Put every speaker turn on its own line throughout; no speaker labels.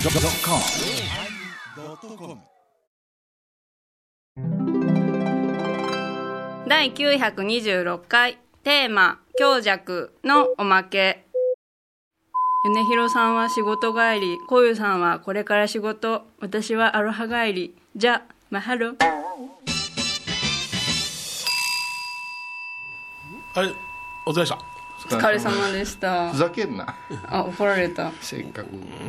YONNIRI.com
第926回テーマ「強弱」のおまけ米広さんは仕事帰りこゆさんはこれから仕事私はアロハ帰りじゃマハロ
はい、お疲れでした。
お疲れ様でした
ふざけんな
あ怒られた
せっかく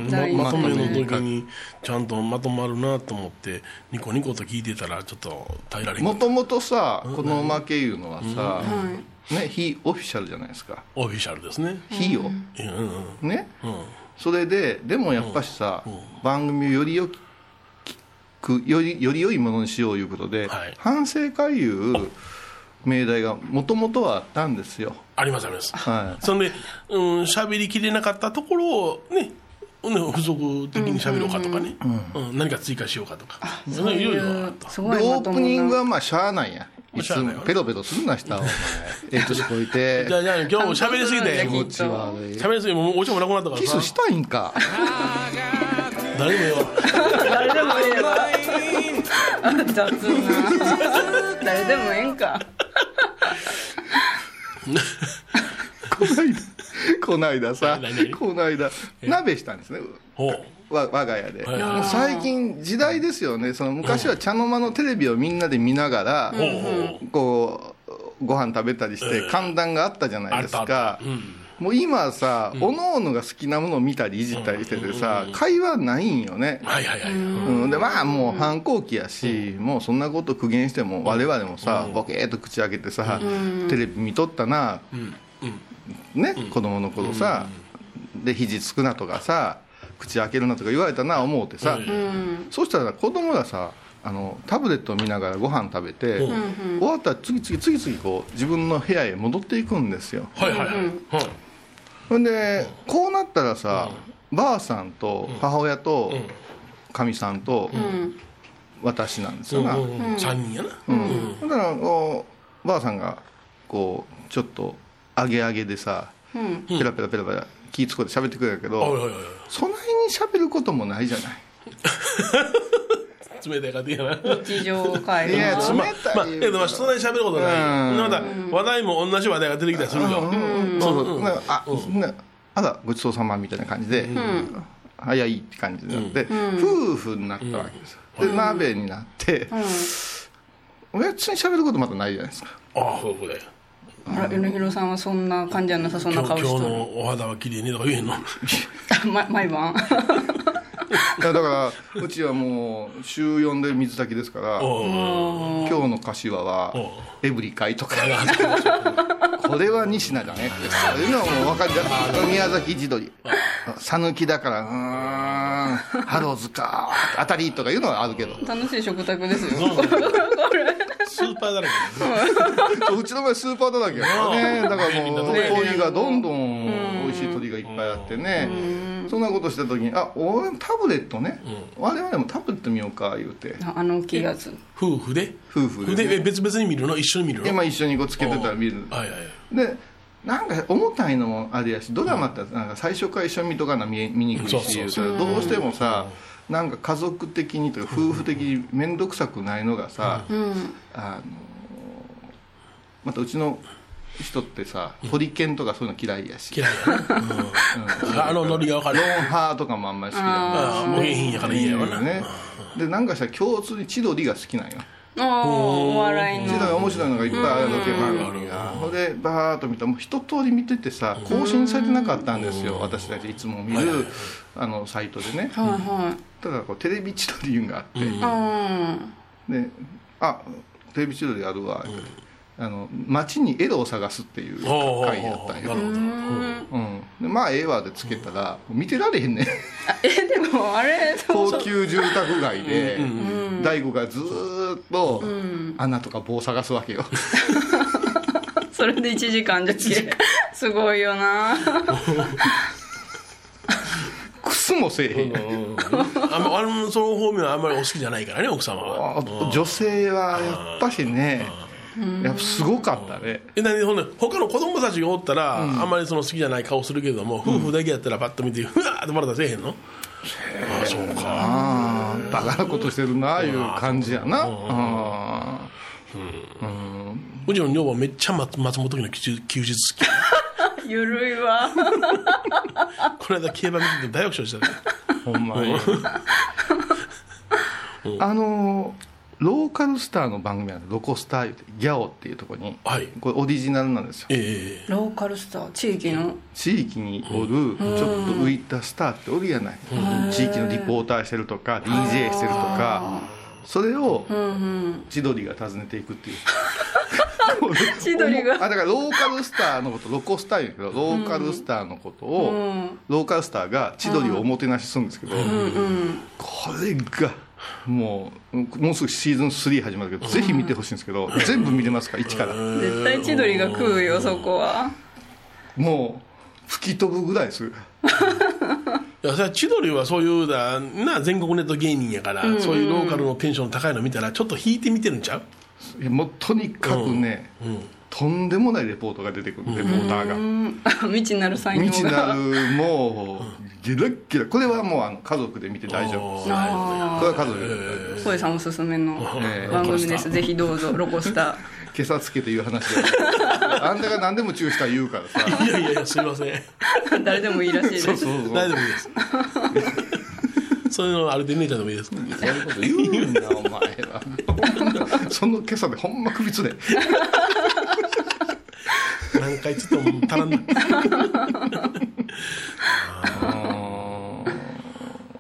第一
ままとめの
声
時にちゃんとまとまるなと思ってニコニコと聞いてたらちょっと耐えられん
も
かった
ともとさこのおまけいうのはさ、ね非オフィシャルじゃないですか
オフィシャルですね。
非
う
よ、
んうんうん
ね、それででもやっぱしさ、番組をよりよきくよりより良いものにしよういうことで、
はい
反省会いう命題がもともとはあったんですよ
ありますあります。
は
そんで、うん、喋りきれなかったところをね。ね、付属的に喋ろうかとかね、うん何か追加しようかとか、そうい
い
ろいろあ
う
った
す
い
ごい
でオ
ま
ー
と
プ
も
ニング
な
はまあしゃあないやんい
しゃ
つ
あない
も
わ
ペロペロすんなしたお前えっとしこいて
じゃあ、じゃあ、今日喋りすぎて
気、持ち悪
喋りすぎて、もうお茶もなくなったから
キスし
さ、
たいんか
誰もよ、
誰でもええわ雑な誰でもええんか
こないだこないださ
何何
こないだ鍋したんですね
ほう、
わ我が家で、
いはい
もう最近時代ですよねその昔は茶の間のテレビをみんなで見ながら、
ほうほう、
こうご飯食べたりして寒暖があったじゃないです
あったあ
か
ったうん、
もう今さ、おのおのが好きなものを見たりいじったりしててさ、会話ないんよね、
はいはいはい、うん
うん、でまあもう反抗期やし、もうそんなこと苦言しても我々もさ、ボケーっと口開けてさ、テレビ見とったな、ね、子供の頃さ、で肘つくなとかさ口開けるなとか言われたな思うてさ、そうしたら子供がさあのタブレットを見ながらご飯食べて、終わったら次々次々こう自分の部屋へ戻っていくんですよ
はいはいはい、はい
ほんでこうなったらさ、ばあさんと母親とかみ、さんと私なんですよな、
うんうんうん三人やな、
だからこうばあさんがこうちょっと上げ上げでさ、ペラペラペラペラ気ぃつこうて喋ってくれるけ
おい
ど
おいおい
そないに喋ることもないじゃない
冷たい方やな。
日常会
いや
話
つ
まあ、まあ、えっと、まあ、そんなに喋ることない。
うん
また、話題も同じ話題が出てきたりするよ。
そうそうなんかあなあらごちそうさまみたいな感じで、早いって感じになって、夫婦になったわけですよ、で鍋になって、別に喋ることまたないじゃないですか
ああ、そうそうだよ。
あら米広さんはそんな感じやなさそうな
今日
顔し
今日
とる
のお肌は綺麗ねとか言えんの。
ま毎晩
いやだからうちはもう週4で水炊きですから
おう
今日の柏はエブリ会とかこれは仁科だねってそういうのはもう分かるじゃん宮崎地鶏讃岐だからうーんハローズかあたりとかいうのはあるけど
楽しい食卓ですよ
スーパーだらけだね。
うちの前スーパーだらけやからねだからもう
ね
鶏がどんどん美味しい鶏がいっぱいあってねそんなことした時にあ俺もタブレットね我々もタブレット見ようか言うて
ああの大きいやつ
夫婦で。
夫婦でね
で、え別々に見るの一緒に見るの
今一緒にこうつけてたら見る
はいはい。
でなんか重たいのもあれやしドラマってなんか最初から一緒に見とかな見え見にくい
そうそう
しどうしてもさなんか家族的にとか夫婦的に面倒くさくないのがさ、あのまたうちの人ってさホリケンとかそういうの嫌いやし、
嫌いやな。うんあのノリがわかる。
ハーとかもあんまり好きだ
ああ、もう品やから嫌やわ
な
な。
いねでなんかしたら共通に千鳥が好きなんよ
ああお笑い
千鳥
の
面白いのがいっぱいあるわけ番組がほんでバーッと見たもう一通り見ててさ更新されてなかったんですよ私たちいつも見るあのサイトでね
はいはい
ただこうテレビ千鳥いうのがあって
うん
で「あテレビ千鳥あるわ」あの街にエロを探すっていう
おうおうおう
回やったん
なる、ほ
よ
ど。
うん、でまあええわでつけたら見てられへんねん
えでもあれ そう
高級住宅街で大悟がずーっと穴とか棒探すわけよ
それで1時間じゃ切れすごいよな
クスもせえへんよ
あんまあの、その方面はあんまりお好きじゃないからね、奥様は。
あ女性はやっぱしねやっぱすごかったね、
えなんでほんで他の子供たちがおったら、あんまりその好きじゃない顔するけれども、夫婦だけやったらパッと見てうわーって笑ったらせえへんのああそうか
ああバカなことしてるなあいう感じやな、あ
うちの女房めっちゃ松松本家の休日休日好 き
ゆるいわ。
この間競馬見てて大爆笑 したね
ーほんまにあのローカルスターの番組あるロコスターいうてギャオっていうとこに、
はい
これオリジナルなんですよ
ええ
ローカルスター、地域の。
地域におるちょっと浮いたスターっておるやない、地域のリポーターしてるとか DJ してるとかそれを千鳥が訪ねていくっていう
千鳥が
あだからローカルスターのことロコスター言うんやけどローカルスターのことを、ローカルスターが千鳥をおもてなしするんですけど、これがもうもうすぐシーズン3始まるけど、ぜひ見てほしいんですけど全部見れますから一から
絶対千鳥が食うよ、そこは。
もう吹き飛ぶぐらいでする
いやそれは千鳥はそういうだな全国ネット芸人やから、そういうローカルのテンション高いの見たらちょっと引いて見てるんちゃう
いやもうとにかくね、とんでもないレポートが出てくるレポーターが、
未知なる才能
未知な
が。
るもうギラッギラこれはもうあの家族で見て大丈夫ですこれは家族で見て大丈夫です
小江さんおすすめの
ええ
番組です。ぜひどうぞ、ロコスタ
今朝つけて言う話であんたが何でも注意したら言うからさ
いやいやいやすいません
ー。誰でもいいらしいです。
そうそう
大丈夫です そういうのあれで姉ちゃんでもいいです
そういうこと言うんだお前はその今朝でほんま首つね
何回ちょっとも足らんな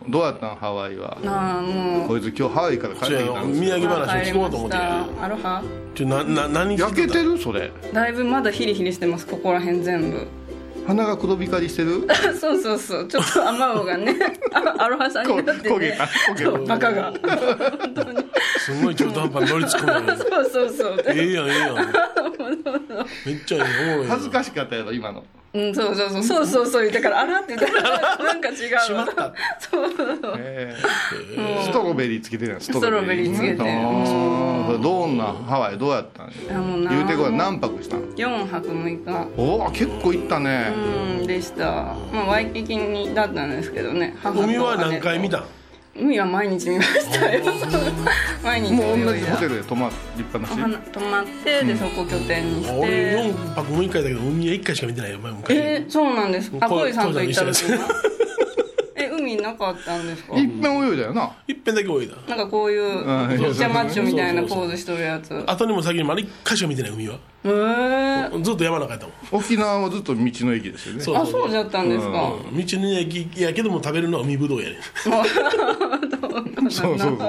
どうやったんハワイは
ああ、もう。
こいつ今日ハワイから帰
そ
って
や
き
お
た
土
んですよ
産話を聞こうと思って
アロハ
ちょなな何
焼けて
る
るそれ
だいぶまだヒリヒリしてますここら辺全部
鼻が黒光りしてる
そうそうそうちょっと雨青がねあアロハさんになって
焦げ
ね
た焦げ
そ
た
うバカが本当に
すごい中途半端に乗りつくのよ
そうそうそう
ええやんええやんめっちゃええおもろいな
恥ずかしかったやろ今の
うん、そうそうそう、そうそうそう言ってから、あらって言ったら、なんか違うわ。そうそうそう。
えーストロベリーつけてるやんス
ストロベリーつけてる
あーどんなハワイどうやったん
やもうな
言うてこれ何泊したん
4泊6日。
おお結構行ったね
うん、でした。まあ、ワイキキにだったんですけどね。母と
海は何回見た
姉
ん
と海は毎日見ましたよ。 毎日
もう同
泳い
じ
だ
ホテルで泊まる立
お
派な
花
し
泊まって、で、そこ拠点にし
俺
て。
4泊6回だけど海は1回しか見てないよ前昔
えー、そうなんです。あ、
こう
こいさんと行った
こう
時
じゃない
は。え、海なかったんですか
いっぺん泳いだよない
っぺんだけ泳いだ
なんかこういう、
うん
めっちゃマッチョみたいな
そうそう
ポ
そう
ーズしとるやつ。え
後にも先にもあれ1回しか見てない海は
ー。
ずっと山の中やったもん
沖縄はずっと道の駅ですよね
そう
あ、そうじゃったんですか。
うん道の駅やけども食べるのは海ぶどうやね
そうそうそう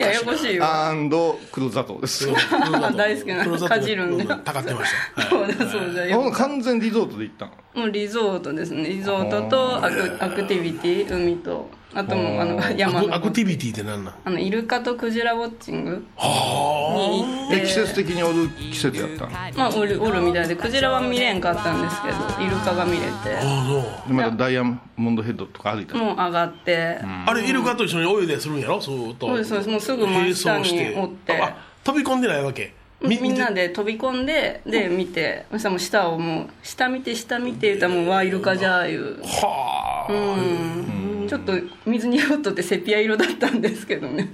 ややこしいよ。
アンド黒砂糖です
大好きなかじるんで
たかってましたはい
そうだそうだ
ほ
よ。
ん完全リゾートで行ったの
もうリゾートですね。リゾートとアクアクティビティ、海と、あともうあの山
アクア
の
ク。ティビティって何なん
あのイルカとクジラウォッチングに行っ
え季節
て、
的におる季節やったの
まあおるおるみたいでクジラは見れんかったんですけど、イルカが見れて、
あそう
でまだダイヤモンドヘッドとか歩いたの
もう上がって、
あれイルカと一緒に泳いでするんやろそうと
そうですそうですもうすぐ真下におって
あ飛び込んでないわけ
みみんなで飛び込んでで見て、そしたらもう下をもう下見て下見て言ったらもうわあイルカじゃあいう。
はあ
うんちょっと水に色っとってセピア色だったんですけどね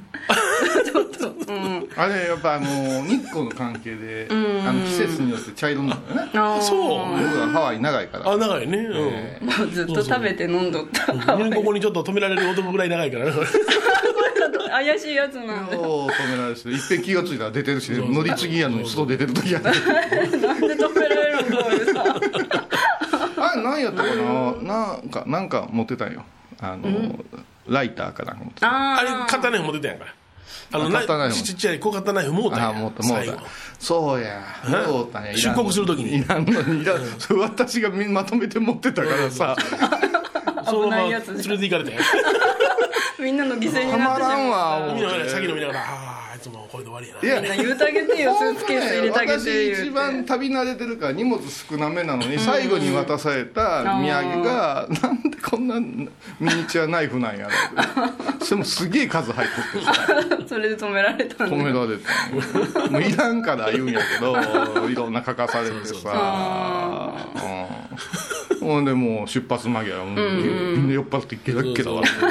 ちょっと、うん、
あれやっぱあの日光の関係であの季節によって茶色になるのよね
あー
そう
僕はハワイ長いから
あ長いねうん
もうずっと食べて飲んどった
ここにちょっと止められる男ぐらい長いからね
怪しいやつなんで
よう止められるしいっぺん気がついたら出てるし乗り継ぎやのに外出てる時やね
なんで止められるんだろうさ
あれ何やったかななんかなんか持ってたんよあのライターかなんか持ってた
あれ
あ
刀持ってたやんからあの
あ
な
刀やもん
ちっちゃい小刀ナイフもうたんや
あもうたもう
最
た
後
そうやもうたんやいら
出
ん
国する時に
いらんのにいらんそれ私がみまとめて持ってたからさ
そ
危な
のま
い
ま連
やつ
れ
じ
て行かれたやん
あみんなの犠牲に
た
な
ま
ってし
らん
まう
わ
みんなが
思って
ね先の見ながらあああいつもうこれで終わりやない
や
みんな言うてあげてよスーツケース入れてあげて
私一
言
番
うて
旅慣れてるから荷物少なめなのに最後に渡された土産がなんでここんなミニチュアナイフなんやろっ てそれもすげえ数入っとってさ
それで止められたん
止
だ
められてねもういらんから言うんやけ どいろんな書かされてさうんほんでもう出発間際もうみんな酔っ払ってゲラッゲラ笑って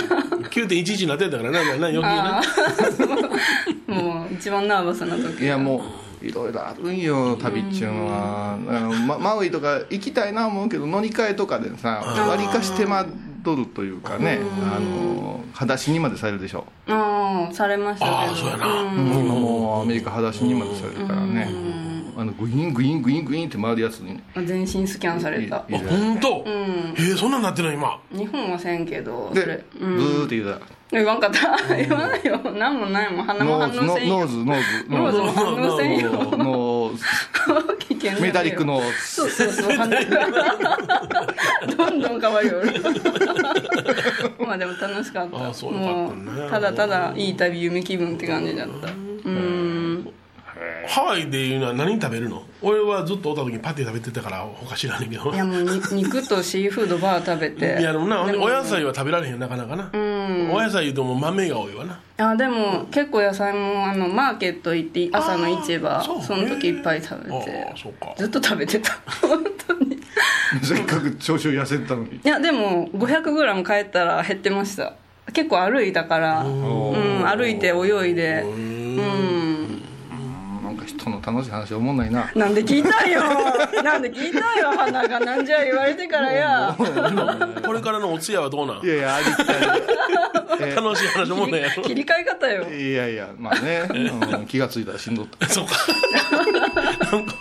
9.11になってたからな、な、余計な。
もう一番ナーバスな時
いやもういろいろあるんよ旅っちゅうのはだからまマウイとか行きたいな思うけど乗り換えとかでさわりかし手間取るというかねあの裸足にまでされるでしょ
ああされましたけど
ああ、そうやな。
今もうアメリカ裸足にまでされるからねあのグイングイングイングインって回るやつにね
全身スキャンされた
いい
あ、本当。ええ、そんなんなってない、今。
日本はせんけどそれ
でブーって言うたら
言わんかった 言わないよ何もないもん鼻も
ノ
反
ーズ
応
ノ
せんよ
ーズノーズ
ノーズも反応せんよ
ノーズノーズ
危険だよ
メタリ ックノーズ
そうそうそう反応どんどん変わるよ まあでも楽しかった
ああそうよかっ
も
たね
うただただいい旅夢気分って感じだったうん
ハワイでいうのは何食べるの俺はずっとおった時にパティ食べてたから他知らねえけど
いやもうに肉とシーフードバー食べて
いやでもなお野菜は食べられへんなかなかなお野菜いうともう豆が多いわな
あでも結構野菜もあのマーケット行って朝の市場
あーそ
そうの時いっぱい食べ
あ
て
あそうか
ずっと食べてた本当にい
せっかく調子を痩せてたのに
やでも 500g 帰ったら減ってました結構歩いたからうん歩いて泳いでうん
なんか人の楽しい話おもんないな
なんで聞い たんよなんで聞いたんよ花がなんじゃ言われてからや
これからのお通夜はどうなん
いやいやありきたり
楽しい話もんなんやろ
切り替え方よ
いやいや、まあね、うん気がついたらしんどった。
そうか なんか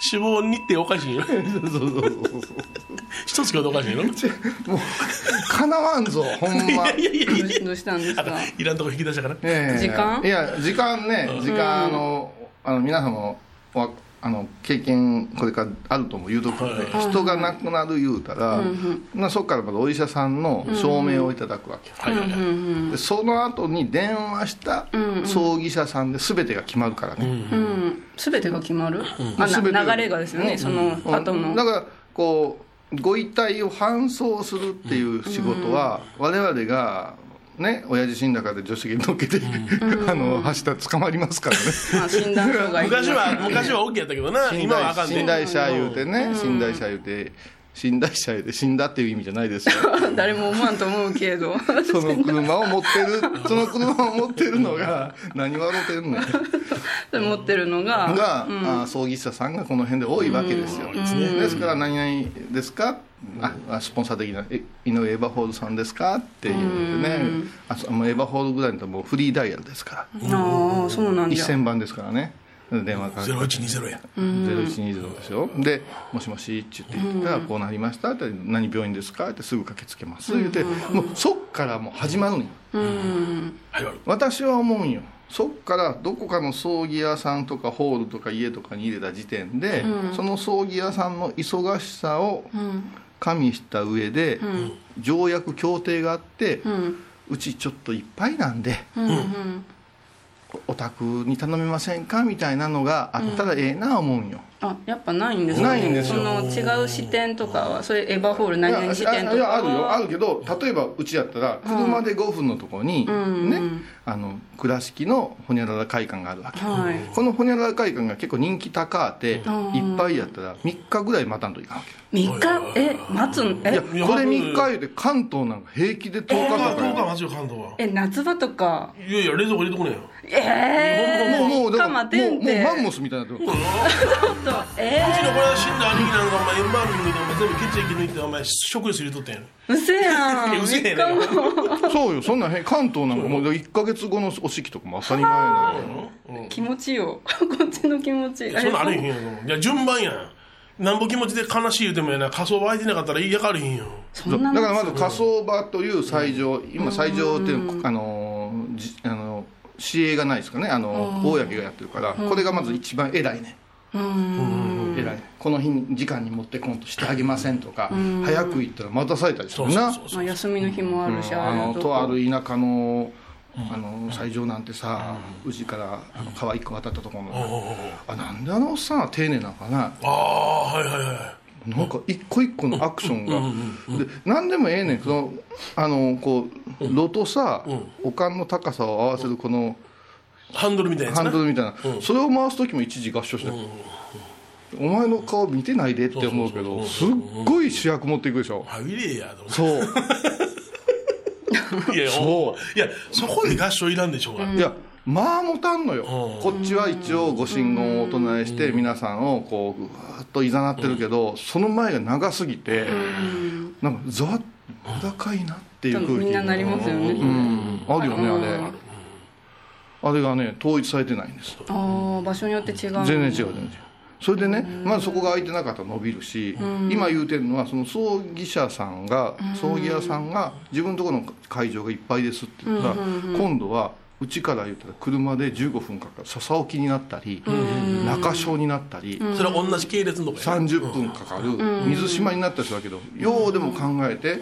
死亡日程おかしいよ
そうそうそうそう。
一つかおかしいの
もう、かなわんぞ、ほんま。
いやいやいや
どうしたんです
あ
か
かんいらんとこ引き出したから
いやいやいや
時間
いや、時間ね、時間、あの、あの皆様は、あの経験これからあるとも言うとくんで、人が亡くなる言うたら、まあそこからまたお医者さんの証明をいただくわけ、
はいはいはい
でその後に電話した葬儀者さんで全てが決まるからね、
うん全てが決まるあ
全て
な
が
流れがですよねその
うん
後の
だからこうご遺体を搬送するっていう仕事は、我々がね親父死んだからで助手席に乗っけて、 あの走ったら捕まりますからね
まあ診断書がいります
昔は昔は OK やったけど な
寝
今はあか
台
んで
寝台者言うてね寝台者言うて寝台者言うて死んだっていう意味じゃないですよ
誰も思わんと思うけど
その車を持ってるその車を持ってるのが何笑うてんねん
持ってるのが
が、あ葬儀社さんがこの辺で多いわけですよ、ですから何々ですかああスポンサー的なえ井上エヴァホールさんですかって言うてね、あそもうエヴァホールぐらいだともうフリーダイヤルですから、
ああそうなんじゃ
1000番ですからね電話かけて
0120や
0120ですよで「もしもし」って言って言ったら「こうなりました」って「何病院ですか?」ってすぐ駆けつけます言ってもうそっからもう始まるんよ
始まる
私は思うんよそっからどこかの葬儀屋さんとかホールとか家とかに入れた時点で、その葬儀屋さんの忙しさを加味した上で、条約協定があって、うちちょっといっぱいなんで、お宅に頼めませんかみたいなのがあったらええな思うんよ、
あやっぱないんですね
ないんですよ
その違う視点とかはそれエヴァホール
い
何
や
々視
あ
点と
いやあるよ
か
あるけど例えばうちやったら車で5分のとこに、ねあの倉敷のほにゃらら会館があるわけ、
はい
このほにゃらら会館が結構人気高あて、いっぱいやったら3日ぐらい待たんといかんわ
3日え待つん
けい
え
やこれ3日言うて関東なんか平気で10日と
10日
か
10日
よ
マジよ関東は
え夏場とか
いやいや冷蔵庫入れてこねえよ
ええ
もうもうだ
か
から
ま
も
て
うも
ん
う
て
マンモスみたいになってる
とえ
うちのこれは死んだ兄貴なんかお前 M バーみたいな全部血液抜いてお前食事入れとったやん
ーうせやん
いやうせ
3
え
日
な
も
そうよそんなへん関東なんかもう1か月後のお式とかも当たり前なのよ
気持ちよこっちの気持ち
いやそんなんあれへんやんいや順番やんなんぼ気持ちで悲しい言うてもやな仮想湧いてなかったら嫌がれへんよ
そ
そうん
な
だ
の
からまず火葬場という斎場、今斎場っていうあのーじあのー市営がないですかねあのー公がやってるから、これがまず一番偉いね、偉いこの日に時間に持ってこんとしてあげませんとか、早く行ったら待たされたりするな
まあ休みの日もあるし
あ
れ
の
と
とある田舎のあの斎場なんてさ、宇治からあの川一個渡ったところの、あなんであのおっさんは丁寧なのかな
ああはいはいはい
なんか一個一個のアクションが、で何でもええねんそのあのこう炉とさ、おかんの高さを合わせるこの
ハンドルみたいなやつ
ハ
な
ンドルみたいな、それを回す時も一時合唱して、お前の顔見てないでって思うけどすっごい主役持っていくでしょ、
あ入れやと思
そう
っていや
そ
いやそこで合唱いらんでしょうが、
いやまあ持たんのよ、こっちは一応ご神言をお唱えして、皆さんをこうぐわーっといざなってるけど、その前が長すぎて、なんかざわっまだかいなってい
多
う空気
分みんななりますよね、
うんあるよね
あ
あ
る
れあれがね統一されてないんです
ああ場所によって違う
全然違う全然違うそれでねまずそこが空いてなかったら伸びるし今言うてるのはその葬儀社さんが葬儀屋さんが自分のところの会場がいっぱいですって言ったら今度はうちから言ったら車で15分かかる笹置きになったり中小になったり
それは同じ系列のとこや
30分かかる水島になったりするわけどようでも考えて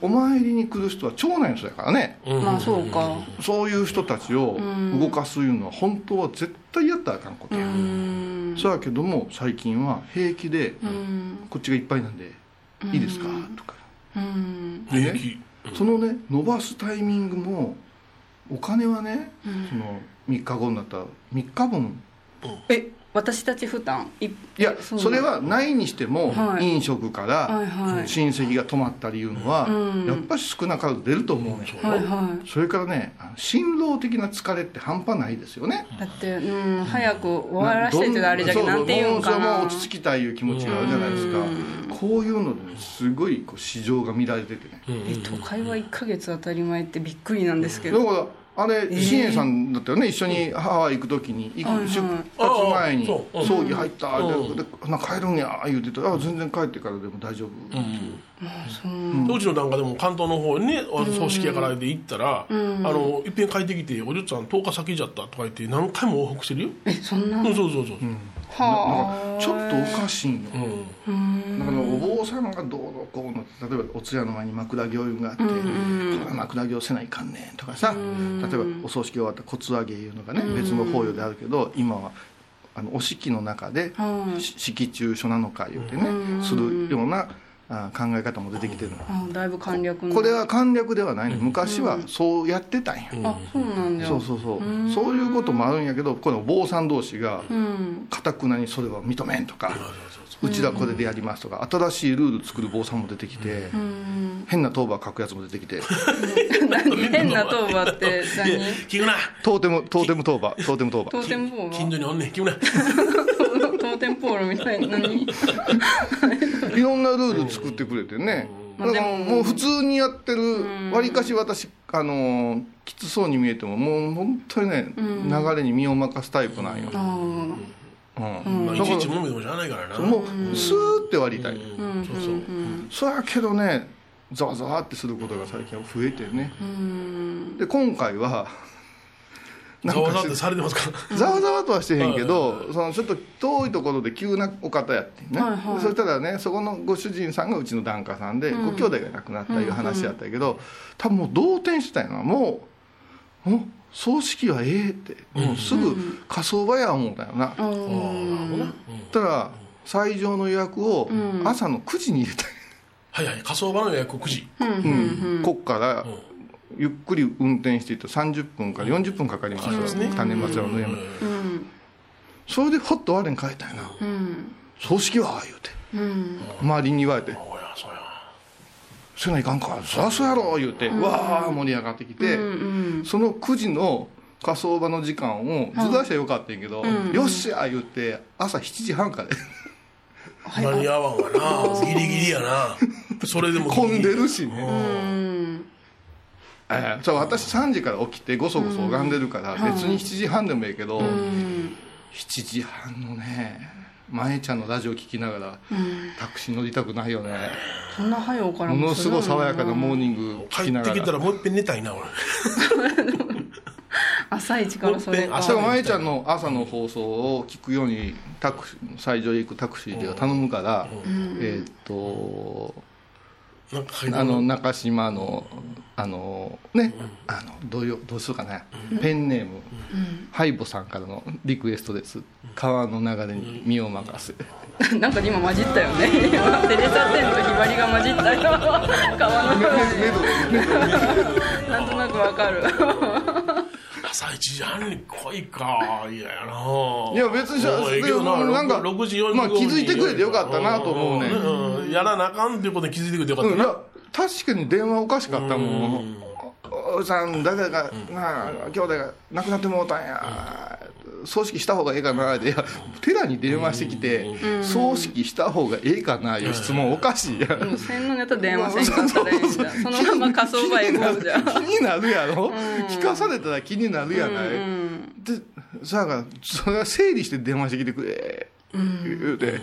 お参りに来る人は町内の人だからね
まあそうか
そういう人たちを動かすいうのは本当は絶対やったらあかんことや、そうやけども最近は平気で、こっちがいっぱいなんで、いいですかとか、
平気
そのね伸ばすタイミングもお金はね、その3日後になったら3日分
え私たち負担い
いや
そ
そうれはないにしても、
はい
飲食か
はい
ら
はい
親戚が泊まったりいうのは、やっぱり少なからず出ると思うね、
そう
はいは
それからねあの辛労的な疲れって半端ないですよね、
いだってうん早く終わらせてってあれじゃけどなんて言うんか
もうそれも
な
落ち着きたいいう気持ちがあるじゃないですかこういうので、ね、すごいこう市場が見られててね
え都会は1ヶ月当たり前ってびっくりなんですけ
だ
ど
からあれ新栄さんだったよね一緒にハワイ行く時に行
はいは
く
い
出発前に
ああそう
葬儀入ったででなんか帰るんや言うてたらあ全然帰ってからでも大丈夫
でうちの檀家でも関東の方にねあの葬式やからで行ったら、あのいっぺん帰ってきて「おじょちゃん10日先じゃった」とか言って何回も往復してるよ、
えそんな
うん、 そうそうそう、
はあ
ちょっとおかしいの、だからお坊さんがどうのこうの例えばお通夜の前に枕行いうのがあって、これは枕行せないかんねんとかさ、例えばお葬式終わった骨上げいうのがね、別の法要であるけど今はあのお式の中で、し式中書なのか言うてね、するようなあ考え方も出てきてるの、
あだいぶ簡略な
これは簡略ではないの昔はそうやってたんや、
あそうなんだ
そ
よ
うそうそう、そういうこともあるんやけどこの坊さん同士がかたくなにそれは認めんとか、うちらこれでやりますとか新しいルール作る坊さんも出てきて、変な当番書くやつも出てきて
変な当番って
いや
何
聞くな
トーテムトーテム当番トーテム当
ト
番
ーテンポール
近所におんねん聞くな
トーテンポールみたいな 何
いろんなルール作ってくれてね、
まあ
だから
でも
もう普通にやってるわりかし私あのーきつそうに見えてももう本当にね、流れに身を任すタイプなんよ、
あー
うん
まあい
だ
ちい
か
ち揉めても知らないからな
らもうスーって割りたい、
うんそうそう
そやけどねざわざわってすることが最近は増えてねで今回はなん
ざわざ
か
わってされてますか
ざわざわとはしてへんけどそのちょっと遠いところで急なお方やってんね、
はいはい
そしたらねそこのご主人さんがうちの檀家さんで、ご兄弟が亡くなったいう話やったけど、多分もう動転してたよなもうもう葬式はええってもうすぐ火葬場や思うたよな、
あー
そしたら最上の予約を朝の9時に入れたんよ
はいはい火葬場の予約9時
うん、こっからゆっくり運転していったら30分から40分かかりますよ、種松山の山、それでほっと我に帰ったよな、葬式は言うて、周りに言われて
おやそうや
「せないかんかそりゃそうやろ」言うて、わあ盛り上がってきて、その9時の火葬場の時間をずらしたらよかったんやけど、よっしゃ言うて朝7時半から
間に合わんわなギリギリやなそれでもギリギリ
混んでるしね、ええそう私3時から起きてごそごそ拝んでるから別に7時半でもいいけど、7時半のねまえちゃんのラジオ聞きながらタクシー乗りたくないよね、
そんな早うから
ものすごい爽やかなモー
う
ニング
帰
聞きな
って
が
き
ら
たらもう一遍寝たいな俺
朝一からそれ
もう
が
一
そ
遍
れまえちゃんの朝の放送を聞くようにタクシー最上へ行くタクシーでは頼むから、えーっと
なんか書いてあ
あ
る
の中島のあのねあのどうよどうしようかねペンネームハイボさんからのリクエストです川の流れに身を任せ
なんか今混じったよね 今テレサ・テンとひばりが混じったよ 川のなんとなくわか る
朝1時半に来いか嫌やない
いや別にじゃあ
ええけどな
でもなんか
6時45分
まあ気づいてくれてよかったなと思うね
んうんやらなあかんっていうことに気づいてくれてよかっ
う
た
んい
な、
や確かに電話おかしかったもんおおじさん誰かなあ兄弟が亡くなってもうたんや葬式した方がええかなでいや寺に電話してきて葬式した方がええかないう質問おかしいやん
もう洗脳ネタ電話せんかったらいいじゃんそのまま仮想場へ行こう じゃん
気になるやろ聞かされたら気になるやないでさあがそれは整理して電話してきてくれ言うて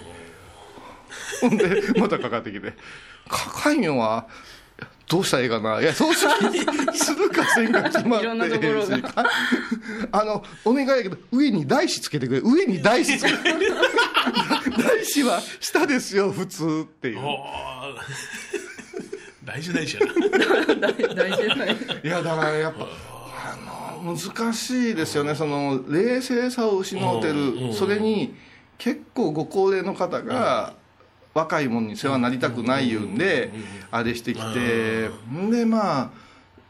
ほんでまたかかってきて「かかいんはどうしたらいいかないやそうするかせんか決まっ
い
て
ろんなところが
ああのお願いやけど上に台紙つけてくれ上に台紙つけてく れ台紙は下ですよ普通っていう
おー 大事大事やな
大大事ない
いやだからやっぱあの難しいですよねその冷静さを失うて
うんうん
るそれに結構ご高齢の方が若いもんに世話になりたくないいうんであれしてきてんでまあ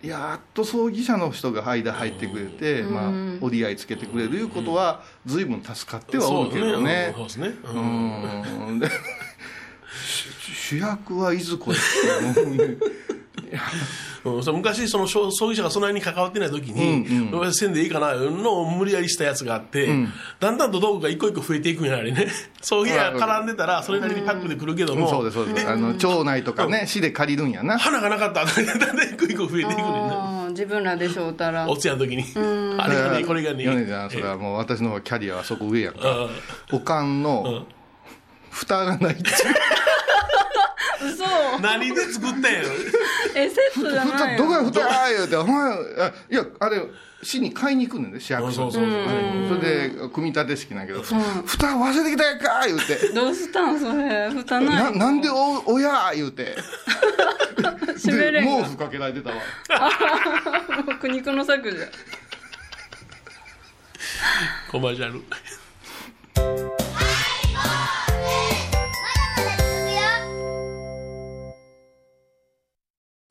やっと葬儀社の人が間入ってくれてまあ折り合いつけてくれるいうことは随分助かってはおるけどね
そうですねうん
うんで 主役はいずこやって思うね
うんそう昔その葬葬儀社がその辺に関わってない時に、俺せんでいいかないうのを無理やりしたやつがあって、だんだんと道具が一個一個増えていくんやあれね 葬儀社絡んでたらそれなりにパックでくるけども、
そうですそうですあの町内とかね市で借りるんやな
花がなかったらだんだん一個一個増えていくねんな
あー自分らでしょうたら
お通夜の時にあれがねこれがね
米ちゃんそれはもう私の方がキャリアはそこ上やんか
あ
おかんの蓋がないっていう
嘘
ー何で作ったんやろ
えセットじゃない
蓋
の
どこや蓋言うて「お前あいやあれ市に買いに行くねんで市役
そ
所
う
に
そうそう
それで組み立て式なんやけど「ふ蓋忘れてきたやんか!」言うて
どうしたんそれ蓋
「
な
ないなんでお親!」言うて
閉めれん
毛
が
布かけられてたわ
苦肉の策じゃ
コマーシャル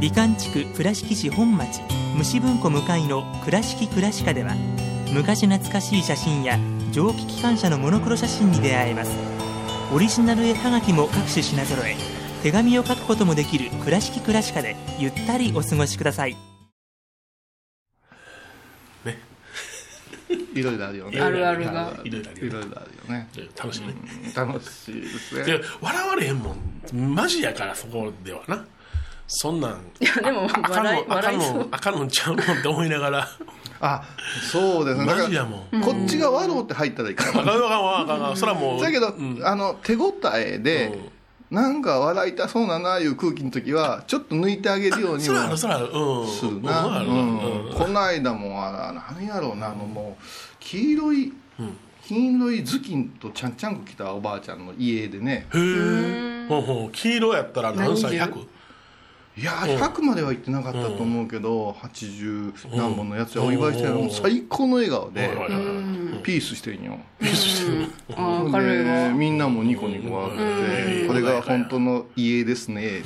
美観地区倉敷市本町虫文庫向かいの「倉敷倉歯科」では昔懐かしい写真や蒸気機関車のモノクロ写真に出会えますオリジナル絵はがきも各種品揃え手紙を書くこともできる「倉敷倉歯科」でゆったりお過ごしください
いろいろあるよね
あるあるが
いろいろある
い
よ
ろいろあるよね
楽しいね、
楽しいですね
で笑われへんもんマジやからそこではなそんなんい
やでも
あかん
笑い
のあか
笑
ん
いそう
のあかんのちゃうのって思いながら
あそうですねだ
マ
か
ジや
ら
もん
こっちが笑うって入ったらいいか
あ
ん
かんわあかんわあかんわそらもう
だけど、
うん
あの手応えで、なんか笑いたそうなないう空気の時はちょっと抜いてあげるように
そらある
は
そらあるうん
するな、
う
うん
うん
んこの間もあら何やろうなあのもう黄色い、黄色い頭巾とちゃんちゃんこ着たおばあちゃんの家でね
へえほうほう黄色やったら何歳
何
100?
いやー100までは行ってなかったと思うけど、80何本のやつやお祝いしてる
うん
もう最高の笑顔
は
で、
いはいはい
ピースしてんよ、
あー明るい
で
わ
みんなもニコニコ笑ってて、
うん
これが本当の家ですね
イエ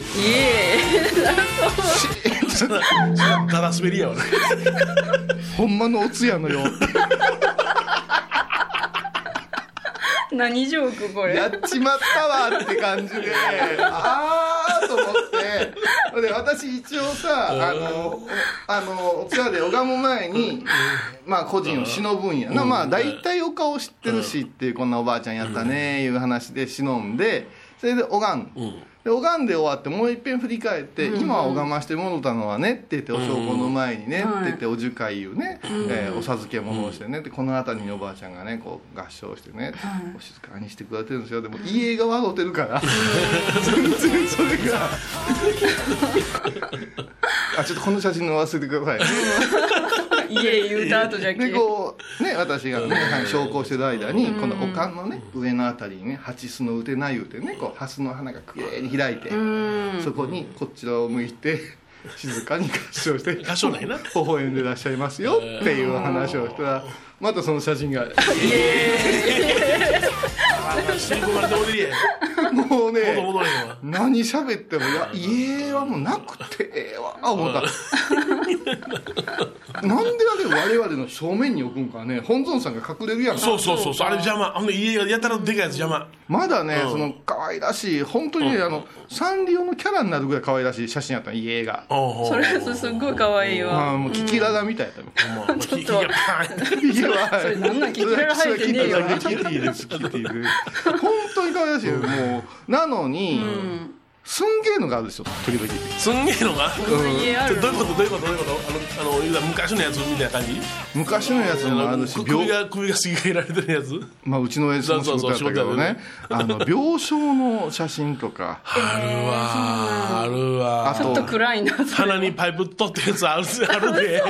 ーイ
ただ滑りやわね
ほんまのお通夜のよ う
何ジョークこれ
やっちまったわって感じでああと思ってで私一応さあのあのお通夜で拝む前にまあ個人を忍ぶんやなまあ大体お顔知ってるしっていうこんなおばあちゃんやったねいう話で忍んでそれで拝む
うん
でで拝んで終わってもういっぺん振り返って、今は拝ましてもろたのはねって言ってお証拠の前に
う
ね、
ん
って言ってお受戒いうね、えーお授け物をしてねでこの辺りにおばあちゃんがねこう合唱してね、お静かにしてくれてるんですよでも家が笑ってるから全然それがあちょっとこの写真の忘れてください
家言うた後じゃけ
でこうね私がねはい昇降してる間にこのおかんのね上のあたりにね蜂巣の打てない言うてねこう蓮の花がきれいに開いてそこにこちらを向いて 静かに合唱して
歌唱な いな
微笑んでらっしゃいますよっていう話をしたらまたその写 真が
新婚からどうでいいや
も
元
うね
戻れへんわ
何喋ってもいや家はもうなくてええわ 思ったなんであれ我々の正面に置くんかね本尊さんが隠れるやんか
そうそうそうそうあれ邪魔あの家がやたらでかいやつ邪魔
まだね、
うん
その可愛らしい、本当にね、あのサンリオのキャラになるぐらい可愛らしい写真やったの、家が。
そ
そ
れすっごい可愛い
あ
わ
あもうキキララみたいやったもん。
ちょっ
と
家 は
それなんなんキキララ入ってねえよな
キキララですキキララです本当に可愛らしいよもうなのに、すんげえのがあるでしょ時々
すんげえのが
そんな家あ
ちょ
る
どういうことどういうことどういうことあのあの言うたら昔のやつみたいな感じ
昔のやつもあるし
く
病
首が首がすり替えられてるやつ
まあうちの親父も仕事やったけどねあの病床の写真とか
あるわあるわ
あ
ちょっと
と
暗いなそれ
鼻にパイプ取ったやつあるあるで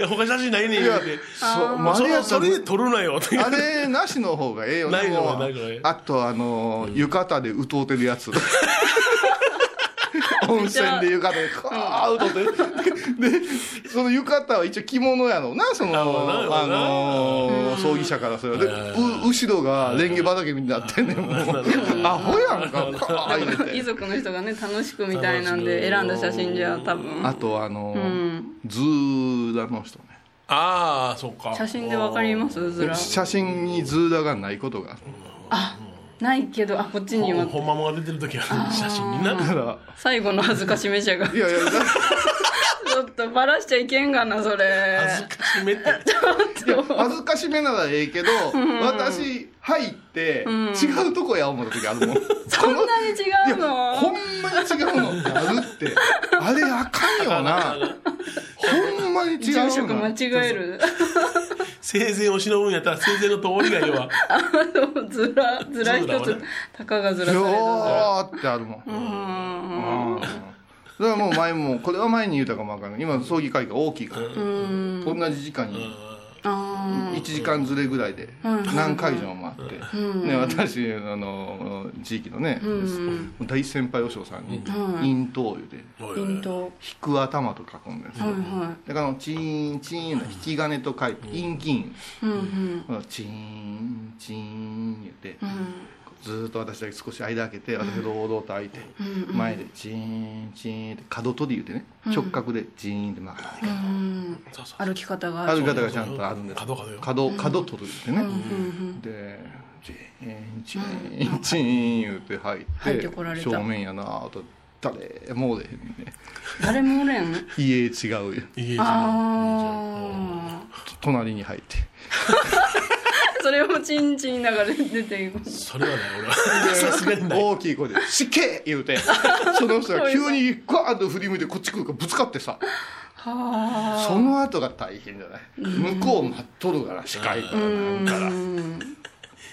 いや他写真ないねん
い
言
や
うて
そうまああ
そ
れや
れ
った
そ
ら
れで撮るなよって
あれなしの方がええよね
ないの
もう
ないのないの
あとあのー、浴衣で歌うてる やつ温泉で浴衣でカーッ歌うてるでその浴衣は一応着物やのなその
なるほどなるほど
あのー葬儀社からそれでう後ろがレンゲ畑になってんねん もうアホやんかカーッ入れ
遺
て
族の人がね楽しくみたいなんで選んだ写真じゃ多分
あとあのーズーラの人ね
ああそっか
写真でわかりますうずら
写真にズーラがないことが
ないけどあこっちには
本ママが出てる時ある写真にな
だから
最後の恥ずかしめ者が
い
ち
やいやだ
ょっとバラしちゃいけんがなそれ
恥ずかしめって
恥ずかしめならええけど、私入って違うとこや思った時あるもん、 そん
こんなに違うの
ほんまに違うのってある ってあれあかんよなほんまに違う
住
よ
職間
な
違える
生前を忍ぶんやったら生前の通りが要は
ずらずら一
ずらは
つ
ね
たかがずらさ
よ
れた
ーってあるもん、うんそれはもう前もこれは前に言うたかもわからない今葬儀会が大きいから、同じ時間に
あ
1時間ずれぐらいで何会場もあって、ね、私あの地域のね、大先輩和尚さんに「陰頭湯」で
ーピント
「引く頭」と書くんですよ、だからあのチーンチーンの引き金と書いて「陰金」このチーンチーン言って、ずーっと私だけ少し間開けて私が堂々と開いて、前でチーンチーンって角取り言うてね直角でチーンって曲がっていく
歩き方が
ある方がちゃんとあるんです
角角よ
角角取るってね、でチーンチーンチーン言うて入って
入ってこられた
正面やなぁと誰もおれへんね
誰もおれん
家違うよ
家
あ
隣に入って
ー それをチンチンだから出ていく
それはね俺はさすがにない
大きい声で「死刑!」言 うてその人が急にガーッと振り向いてこっち来るからぶつかってさその後が大変じゃない向こう待っとるから視界からなんから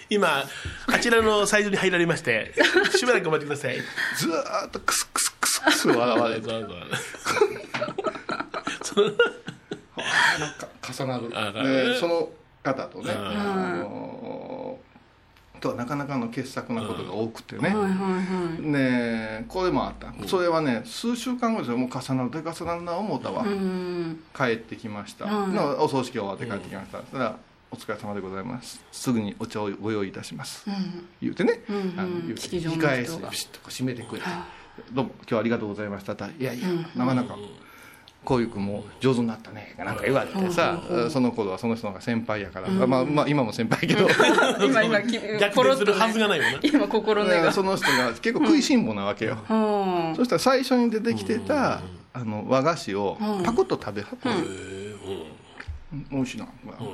今あちらの最初に入られましてしばらくお待ちください
ずーっとクスクスクスクス笑 われてか重な
あ
る、
だね
でその方とね、あのーとはなかなかの傑作なことが多くてね、ねこれもあった、それはね数週間後ですよもう重なるで重なるな思ったわ、帰ってきました、のお葬式が終わって帰ってきました、そしたら「お疲れ様でございますすぐにお茶をご用意いたします」言うてね、あの言うて
式場の人が
控え室にピシッとこう閉めてくれて「どうも今日はありがとうございました」たいやいやなかなか。こういう君も上手になったねなんか言われてさ、その頃はその人の方が先輩やから、まあまあ今も先輩やけど、
今今き
逆
ポロ
転
ッと
する
ね
はずがないよな
今心根が
その人が結構食いしん坊なわけよ、
うん
そしたら最初に出てきてた、あの和菓子をパクッと食べはった、うん美味しいな、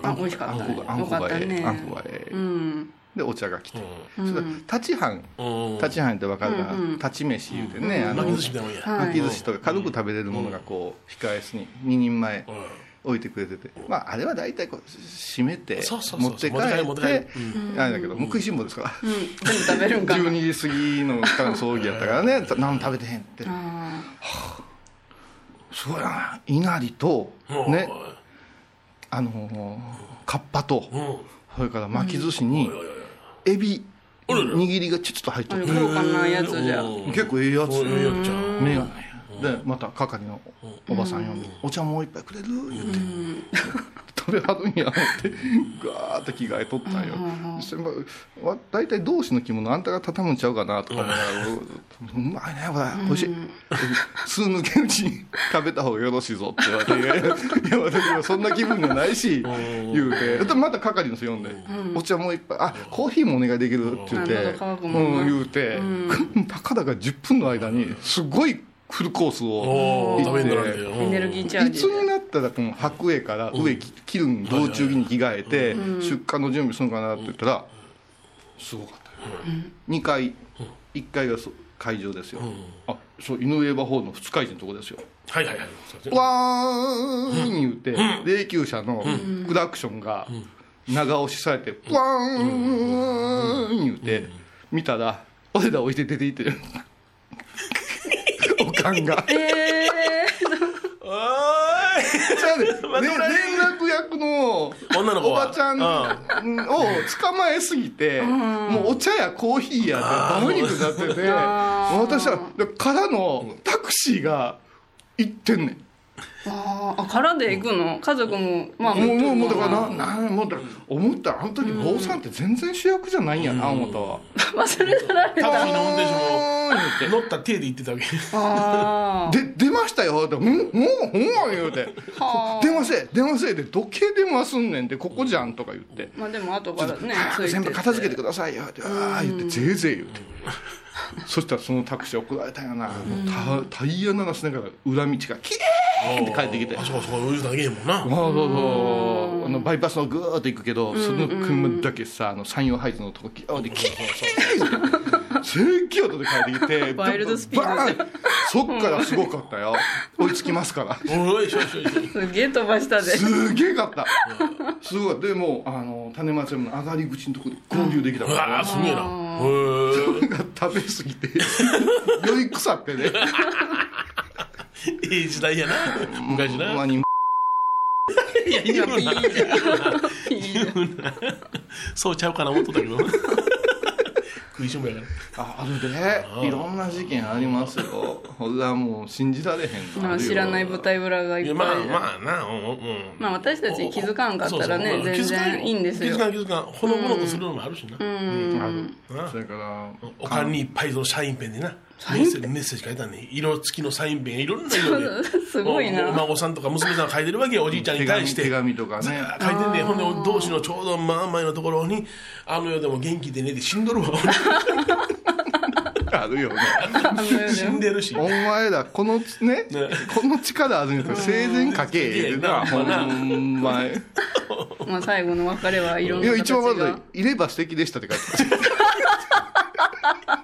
あ美味しかった
あんこがあんこ
よかっ
が
た
ええ、
ね
あんこがええ、
うん
でお茶が来て、
うん
それから立ち飯
うん。
立ち飯って分かるかな、
うんうん
立ち飯言うてね、あの
巻き寿司みたいなもんや。
はい
巻き寿司とか軽く食べれるものがこう控え室に2人前
うん
置いてくれてて、まあ、あれは大体こう締めて
そうそうそう
持って帰って
持って帰る持って帰る
あれだけどもう食いしん坊ですから
うん、全部食べるんかな。
12時過ぎのからの葬儀やったからね何も食べてへんって
あ
すごいないなりと
うん
ねあのーカッパと
うん。
それから巻き寿司にエビ握りがちょっと入っと
ーあ
る
れ豪華なやつじゃ。
うん
結構ええやつ
そういうやつじゃん。
眼鏡でまた係のおばさん呼んで「お茶もう一杯くれる?」言って「食べはるんや」ってガーッと着替えとったんよ先輩わ大体同志の着物あんたが畳むんちゃうかなとか思いながらうまいねこれおいしいす抜けうちに食べた方がよろしいぞ」って言われて「いやいや私はそんな気分がないし」言うてでまた係の人呼んで「お茶もう一杯あコーヒーもお願いできる」って言って
あ喉乾くもんな
うん言うて、たかだか10分の間にすごいフルコースを
おー
行
食べ
っ
になられて
て。
エネルギーチャー
い
ジ
つ。になったらこの白衣から上着着るん道中着に着替えて出荷の準備するのかなって言ったらすごかったよ2階1階がそ会場ですよあそう井上場ホールの2階地のとこですよ
はいはいはい。
わーん言うて霊柩車のクラクションが長押しされてわーん言うて見たら俺ら置いて出て行って るおかんが
え
おーい
そやで、ね、
待ってくれ
連絡役の
女の子
お
は
ばちゃんを捕まえすぎて、もうお茶やコーヒーやってダメになってて、私は、でからのタクシーが行ってんねん。
ー、あーあ、からで行くの家族も、まあ、
もう、もう、も
持
う、
って
だ
る
か
の
ら、な、な、もうだ、思ったら、あの時、坊さんって全然主役じゃないんやな、思ったわ。
忘れたられ
タク
た。
シーの運転手も
あー言うて
乗った手で行ってたわけ。
あー
で、出ましたよって、うん、もう、ほんま言 うて、
はあ
出ません、出ませんって、どけ出ますんねんって、ここじゃんとか言って。
まあでも後からね、つい
早く
て
全部片付けてくださいよってああ言ってぜいぜい言うてそしたらそのタクシー怒られたんやなもうたタイヤ鳴らしながら裏道がきれいって帰ってきて
あそこそこ、うじだけへんもん
あ
な。
そうそうあのバイパスのぐーっと行くけどその車だけさあの山陽配送のとこきれいきれい正規音で帰ってきて
ワイルドスピード
バーンそっからすごかったよ追いつきますから
おいしょいしょいしょ。
すげえ飛ばしたで。
すげえかったすごいでもうあの種松山の上がり口のとこで合流できた
う
から
わーすげえな。へ
が食べ過ぎて酔い腐ってね
え。 いい時代やな。昔
ほんま
な。
に
いや、言うな。 言うな。そうちゃうかな思っとったけど。 食いしん坊やから。
ああるでいろんな事件ありますよ俺はもう信じられへんの
ま
あ
あ
るよ
知らない舞台裏がいっ
い
ぱ
や
い。
まあまあな、うんうん。
まあ私たち気づかんかったらね
そうそう
全然いいんですよ
気づかん気づかん。ほのぼのとするのもあるしな。
あるそれから
お金にいっぱいその社員ペンでな。メッセージメッセージ書いたね。色付きのサインペン、いろんな色で。
すごいな
おお孫さんとか娘さんが書いてるわけよ、おじいちゃん
手
に対
紙
し
手
て。
紙とかね
書いてんねほんで同士のちょうど真ん前のところに「あの世でも元気でね」って死んどるわ
あるよね
死んでるし
お前らこのねこの力あるんやから生前かけええなほ
うん
まい
まあ最後の別れはいろんな
や
形
一番ま
が
だいれば素敵でしたって書いてあった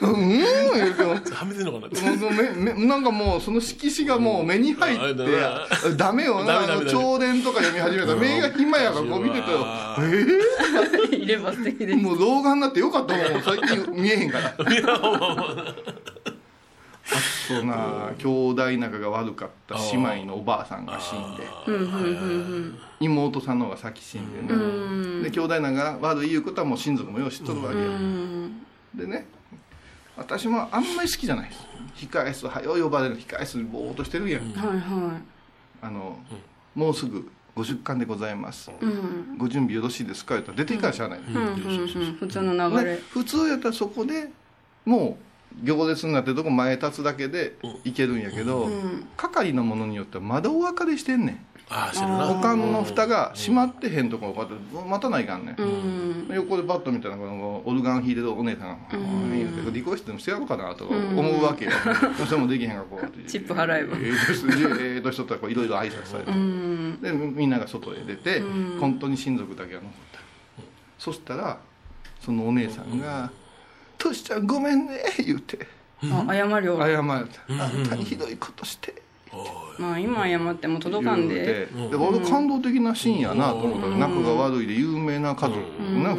うん言うても
はめてんのかな
もうめめなんかもうその色紙がもう目に入っ
うん
てダメよ
ダ
な
メ
あ
ダメダ
の
メ
朝伝とか読み始めたら目が暇やからこう見てたらえ
いれば素敵
え
です。
もう老眼になってよかったもん最近見えへんから あとな兄弟仲が悪かった姉妹のおばあさんが死んで妹さんの方が先死んでねで兄弟仲が悪いいうことはもう親族もよう知っとるわけよでね私もあんまり好きじゃないです控室はよう呼ばれる控室にぼーっとしてるや
は
ん、
いは
あの、もうすぐご出棺でございます、
い。うん。
ご準備よろしいですか?」言ったら出ていかんしゃあない、
うんうんうん、普通の流
ね
れ、
普通やったらそこでもう行列になってるとこ前立つだけでいけるんやけど、係のものによってはまだお別れしてんねん
ああしてるな
保管の蓋が閉まってへんとこをこうやって待たないかんね、
うん
横でバットみたいなこのオルガン弾いてるお姉さんが「うん、いいよ」ってリクエストでもしてやろうかなとか思うわけよ、それもできへんがこう
チップ払えば
えーとしえーとしとったらこういろいろ挨拶されて、でみんなが外へ出て、本当に親族だけが残ったそしたらそのお姉さんが「トシちゃんごめんね」言うて
あ謝るよ
謝れた、あんたにひどいことして」
まあ今謝っても届かんで
でで俺感動的なシーンやなと思ったら仲が悪いで有名な家族な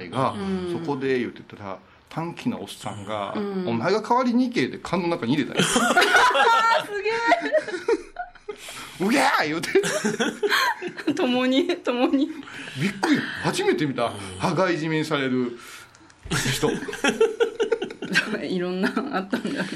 姉妹がそこで言ってたら短気なおっさんが「お前が代わりに行け」って缶の中に 入れたよすげえ うげー言うて
共に共に
びっくり初めて見た羽交い締めにされる人
いろんなあったんだね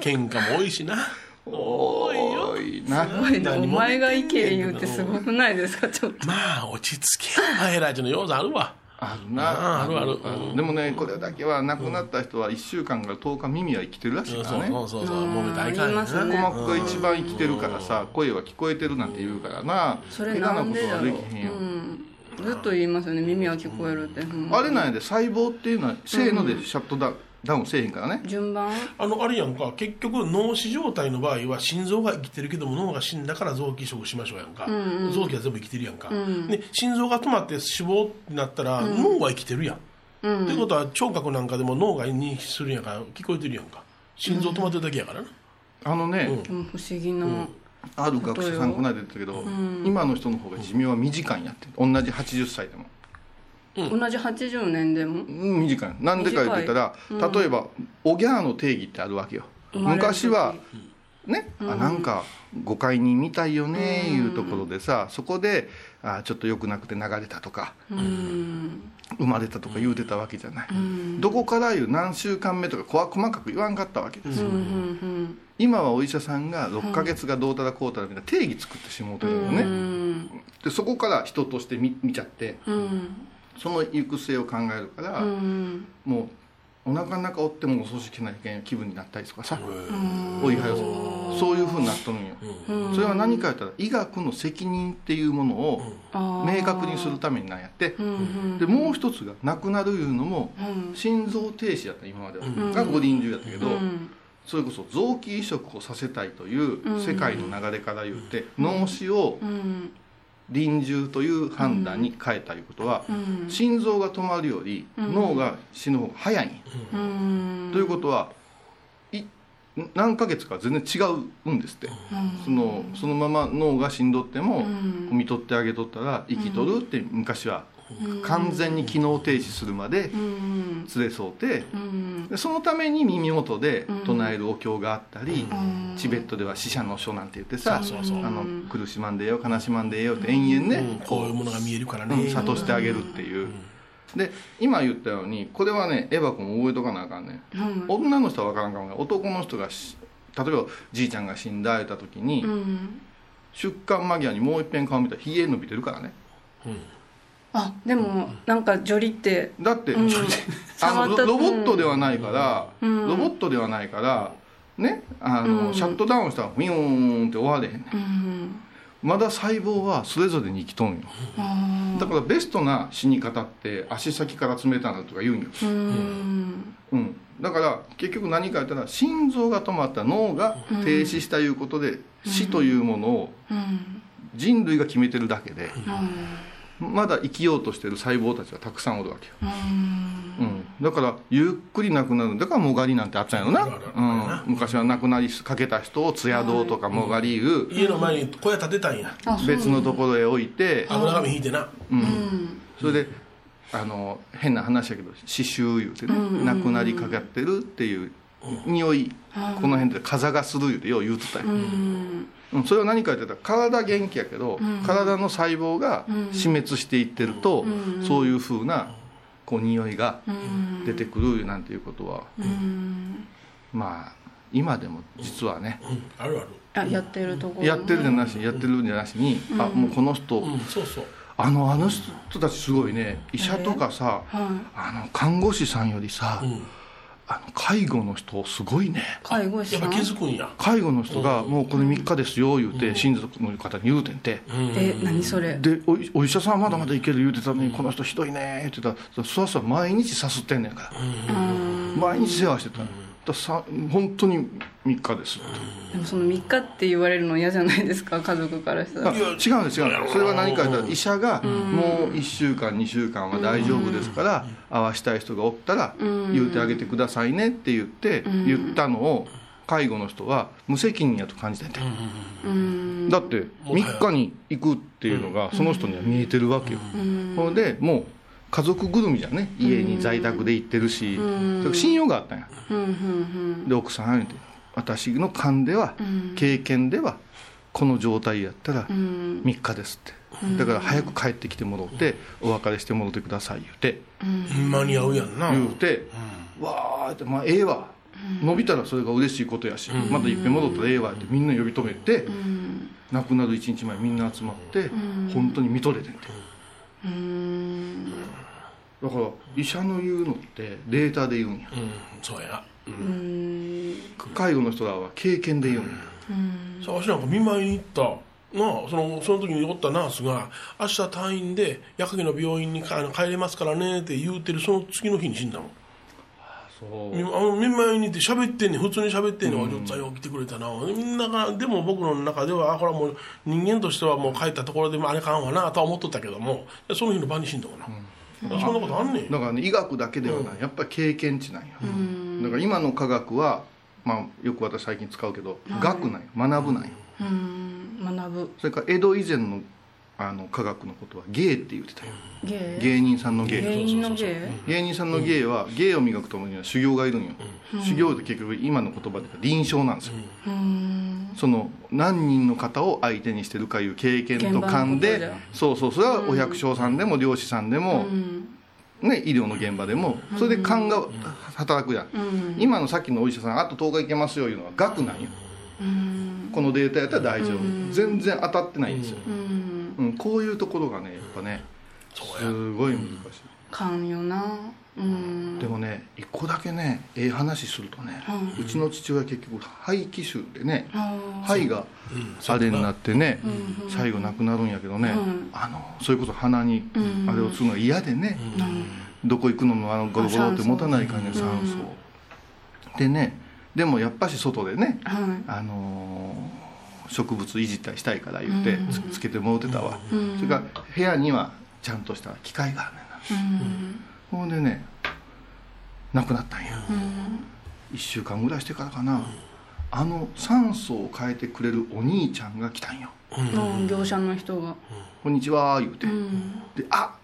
喧嘩も多いしな
多いな
おいお
何も
前が意見言うってすごくないですかちょっと
まあ落ち着けよお前らちの要素あるわ
あるな
あるあるうん
でもねこれだけは亡くなった人は1週間から10日耳は生きてるらし
そ
いうか
そ
らね
うそうそうもめたらいかん
ありま
よな
すね
鼓膜が一番生きてるからさ声は聞こえてるなんて言うからな
それなんでだろう、う
下手なことはできへんよ、
ん、ずっと言いますよね耳は聞こえるって、うん
あれなんやで細胞っていうのはせーのでシャットダウン,、ダウンせえへんからね
順番
あのあれやんか結局脳死状態の場合は心臓が生きてるけども脳が死んだから臓器移植しましょうやんか、臓器は全部生きてるやんか、で心臓が止まって死亡になったら、脳は生きてるやん、ってことは聴覚なんかでも脳が認識するんやから聞こえてるやんか心臓止まってるだけやからな、
あのね、
でも不思議な、
ある学者さんこないだ言ってたけど、今の人の方が寿命は短いんやって同じ80歳でも、
同じ80年でも
うん、短いなんでか言ってたら、例えばおぎゃーの定義ってあるわけよ
生まれる時
昔はね、あなんか誤解にみたいよねいうところでさ、そこであちょっと良くなくて流れたとか、
うん
生まれたとか言うてたわけじゃない、どこからいう何週間目とかこわ細かく言わんかったわけですよ、
うんうん
今はお医者さんが6ヶ月がどうたらこうたらみたいな定義作ってしもうてるよね、
うん
でそこから人として見見ちゃって
うん
その行く末を考えるから、
うんも
もうお腹の中おってもお葬式なきゃいけない気分になったりとかさ、おいはよそういうふうになっとるんよ、それは何か言ったら医学の責任っていうものを
あー
明確にするためになんやって、
うんうん
でもう一つが亡くなるいうのも
うん
心臓停止やった今までは、が五輪中やったけど、それこそ臓器移植をさせたいという世界の流れから言って、脳死を
うん
臨終という判断に変えたいうことは、
うん
心臓が止まるより脳が死ぬ方が早いんや、
うん
ということはい何ヶ月か全然違うんですって、そのそのまま脳が死んどっても、
ん
見とってあげとったら生きとるって昔は完全に機能停止するまで
うん
連れ添うて、
うん
でそのために耳元で唱えるお経があったり、チベットでは死者の書なんて言ってさ、
そうそうそう
あの苦しまんでええよ悲しまんでええよって延々ね、
うんこういうものが見えるからね、
うん、諭してあげるっていう、で今言ったようにこれはねエヴァ子も覚えとかなあかんねん、女の人は分からんかもね男の人がし例えばじいちゃんが死んだ言った時に、
うん
出棺間際にもう一遍顔見たらひげ伸びてるからね
あでもなんかジョリって
だって、
ん
あ
触っ
の
た
ロロボットではないから、ロボットではないからねあの、シャットダウンしたらウィヨーンって終われへんねん
うん
まだ細胞はそれぞれに生きとんよだからベストな死に方って足先から冷たなとか言うんよ、
うん
うん、だから結局何か言ったら心臓が止まった脳が停止したいうことで、死というものを
うん
人類が決めてるだけで、まだ生きようとしてる細胞たちはたくさんおるわけよ、うんだからゆっくり亡くなるだからもがりなんてあったんやろな、うん、昔は亡くなりかけた人を艶堂とかもがりいう
家の前に小屋建てたんや
別のところへ置いて、
油紙引いてな
それであの変な話やけど刺繍言うてね、亡くなりかかってるっていう匂い、この辺で風がする言うてよう言うてたよ、うんそれは何か言ってたら体元気やけど、体の細胞が死滅していってると、そういうふうなこう匂いが出てくるなんていうことは、まあ今でも実はね、
うんあるある
あやってるところ
やってるじゃなしやってるんじゃなしに、あもうこの人、
うんそうそう
あのあの人たちすごいね医者とかさ、あの看護師さんよりさ、あの介護の人すごいね
介護士
やっ
さ
ぱ
ん
気づくんや
介護の人が「もうこれ3日ですよ」言うて親族の方に言うてんて、
え何それ
でお医お医者さんはまだまだいける言うてたのに、この人ひどいねって言ったらそわそわ毎日さすってんねんから、毎日世話してたの、だからさ本当に3日です、
でもその3日って言われるの嫌じゃないですか家族からした
あ
ら
違うんです違うんですそれは何か言ったら医者がもう1週間2週間は大丈夫ですから会わしたい人がおったら言うてあげてくださいねって言って言ったのを介護の人は無責任やと感じててだって3日に行くっていうのがその人には見えてるわけよほんでもう家族ぐるみじゃね家に在宅で行ってるし信用があったんやで奥さん言うて私の勘では経験ではこの状態やったら3日ですってだから早く帰ってきてもろってお別れしてもろてください言うて
間に合うやんな
言うてわーってまあええわ伸びたらそれが嬉しいことやしまたいっぺん戻ったらええわってみんな呼び止めて亡くなる1日前みんな集まって本当に見とれてんてだから医者の言うのってデータで言うんや
うんそうや
介護の人らは経験で言うんや
さあわしなんか見舞いに行ったなあそのその時におったナースが「明日退院で矢掛の病院にかあの帰れますからね」って言うてるその次の日に死んだもんみあの見舞いに行って喋ってんねん普通に喋ってんねん、お嬢さんよう来てくれたなみんながでも僕の中ではあこれはもう人間としてはもう帰ったところでもあれかんわなとは思っとったけどもでその日の晩に死んだもんな、そんなことあんねん
だからね医学だけではない、やっぱり経験値なんや、だから今の科学は、まあ、よく私最近使うけど、学なんや学ぶなんや、
うん学ぶ
それから江戸以前のあの科学のことは芸って言ってたよ、
芸
芸人さんの芸
芸人の芸
芸人さんの芸は、芸を磨くためには修行がいるんよ、修行って結局今の言葉で言うと臨床なんですよ、その何人の方を相手にしてるかいう経験と勘
現場
で
のこ
そうそうそれはお百姓さんでも漁師さんでも、ね、医療の現場でもそれで勘が働くやん、今のさっきのお医者さんあと10日いけますよいうのは額なんよ、このデータやったら大丈夫、全然当たってないんですよ、うんこういうところがねやっぱねすごい難しい、
勘よなうん
でもね一個だけねええ話するとね、うちの父親結局肺気腫でね、肺があれになってね、最後亡くなるんやけどね、あのそれこそ鼻にあれをするのが嫌でね、どこ行くのもあのゴロゴロって持たない感じの酸素を、でねでもやっぱし外でね、あのー植物いじったりしたいから言ってつ,、つけてもうてたわ、それから部屋にはちゃんとした機械があるねんなほんでね亡くなったんや、1週間ぐらいしてからかな、あの酸素を変えてくれるお兄ちゃんが来たんよ
うん業者の人が
「こんにちは」言うて、で「あ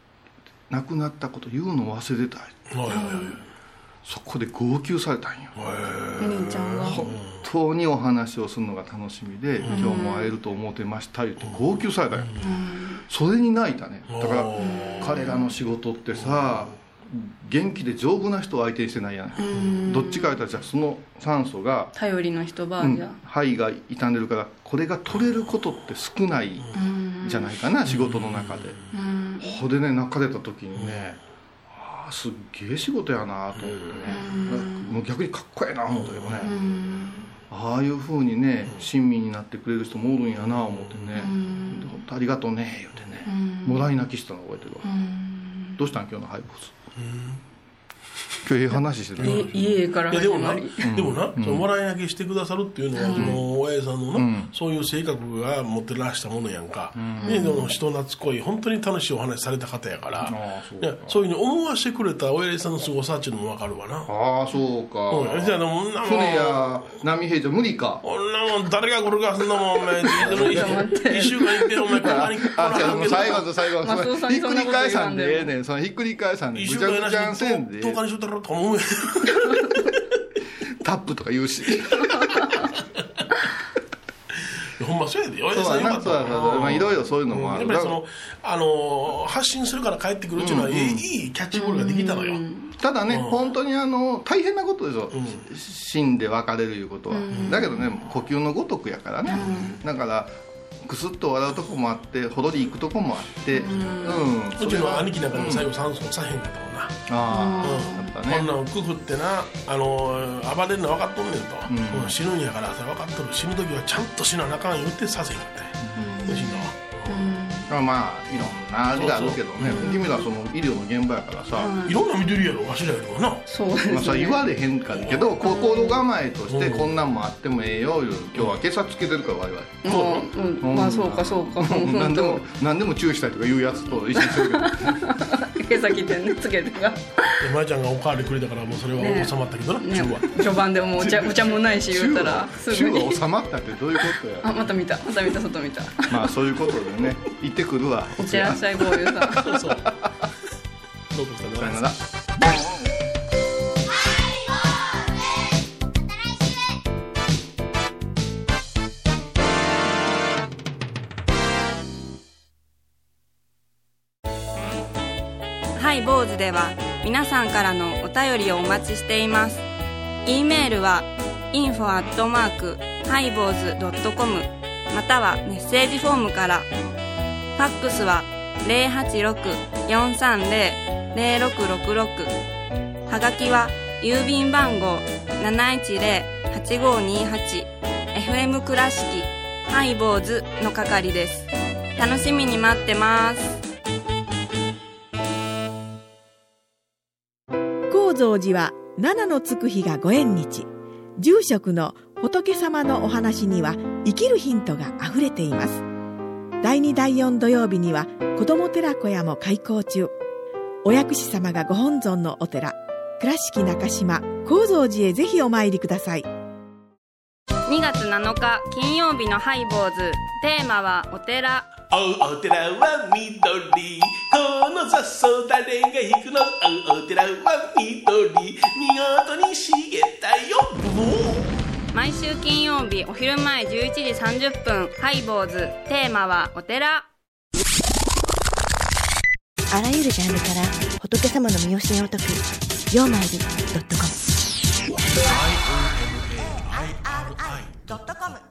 亡くなったこと言うの忘れてた」
はいはいはい
そこで号泣されたんよ
兄ちゃんが
本当にお話をするのが楽しみで、今日も会えると思ってました」言って号泣されたんよ、それに泣いたねだから彼らの仕事ってさ元気で丈夫な人を相手にしてないやない、どっちか言ったらじゃあその酸素が
頼りの人ば
うん
じゃ
肺が傷んでるからこれが取れることって少ないじゃないかな仕事の中でほんでね泣かれた時にねああすっげえ仕事やなと思ってねもう逆にかっこええな思ったけどねああいうふうにね親身になってくれる人もおるんやな思ってねで本当ありがとうね言うてねもらい泣きしたの覚えてるわどうしたん今日の肺骨今日ええ話してた
い家から
いや
始
でも
ま
な、
り
でもな、その笑い泣きしてくださるっていうのは、その親父さんのな、そういう性格が持ってらしたものやんか、ねでも人懐っこい、本当に楽しいお話された方やから、
そう
ねそういうふうに思わせてくれた親父さんの凄さっていうのも分かるわな。
ああそうか
うんじゃあ、でもそんな
そ
も
れ
ん、
や波平じゃ無理か
こんなもん、誰が来るか、そんなもん、お前、一週 間いっぺん、お前、こんなに来ら
あ、
は
じゃ
る
も
け
う
ど
最後の最後
松尾さん
ひ
に
っ
そ
く
んな
り
こと
返
言
さ
わ
ん
んでも
でええねん。そのひっくり返さんで、ぐ
一
ち
週
ゃぐ
間
ちゃんせんで
10、日にしとったろと思うやん。
タップとか言うし。
ほんまそうやで、親
そ
父さん
う
よか
だな、
っ
そ
た
う
わ
だな、まあいろいろそういうのもあ
や
る。
っぱりその、あのー発信するから帰ってくるっていうのは、いいいいキャッチボールができたのよ、
ただね、本当にあの大変なことですよ、死んで別れるいうことは、だけどね呼吸のごとくやからね、だからくすっと笑うとこもあってほどりいくとこもあってうん、
う
そ
ち
れ
の
は
兄貴なんかでも最後酸素をさへんかったもんな、な、
あ
うん
やっぱね
こんなんくくってな、あのー暴れるの分かっとんねんと、うん死ぬんやからそれ分かっとる死ぬ時はちゃんと死ななあかん言ってさせへんって、うん、死んだわ
あまあいろんな味があるけどね君らその医療の現場やからさ、
いろんな緑やろわしらやろな
そうです
まあ、それ
ね
言われへんかるけど心構えとしてこんなんもあってもええよいう今日は警察つけてるから我々
もう、うん、まあそうかそうかもう
うん
本
何でも
当
何でも注意したいとかいうやつと一緒にす るけど
毛先でねつけてが
でまやちゃんがおかわりくれたからもうそれ
ね
は収まったけどな、
ね
中は
序盤でもうお茶お茶もないし言うた らす
中
ぐ
は
に
収まったってどういうことや
あまた見たまた見た外見た
まあそういうことでね行ってくるわ
いってらっしゃいこういうさん
そうそうどうもさよな
さ
ら
よなら
ハイボーズでは皆さんからのお便りをお待ちしています。e メールは info アットマークハイボーズドットコムまたはメッセージフォームから。ファックスは086-430-0666はがきは郵便番号710-8528 FM 倉敷ハイボーズの係です。楽しみに待ってます。
高蔵寺は七のつく日がご縁日住職の仏様のお話には生きるヒントがあふれています第2第4土曜日には子ども寺小屋も開校中お薬師様がご本尊のお寺倉敷中島・高蔵寺へぜひお参りください
2月7日金曜日のハイボーズテーマはお寺
おお寺は緑この雑草誰が引くのおお寺は緑見事に茂ったよブー
毎週金曜日お昼前11時30分ハイボーズテーマはお寺
あらゆるジャンルから仏様の身教えを解く「曜マイり .com」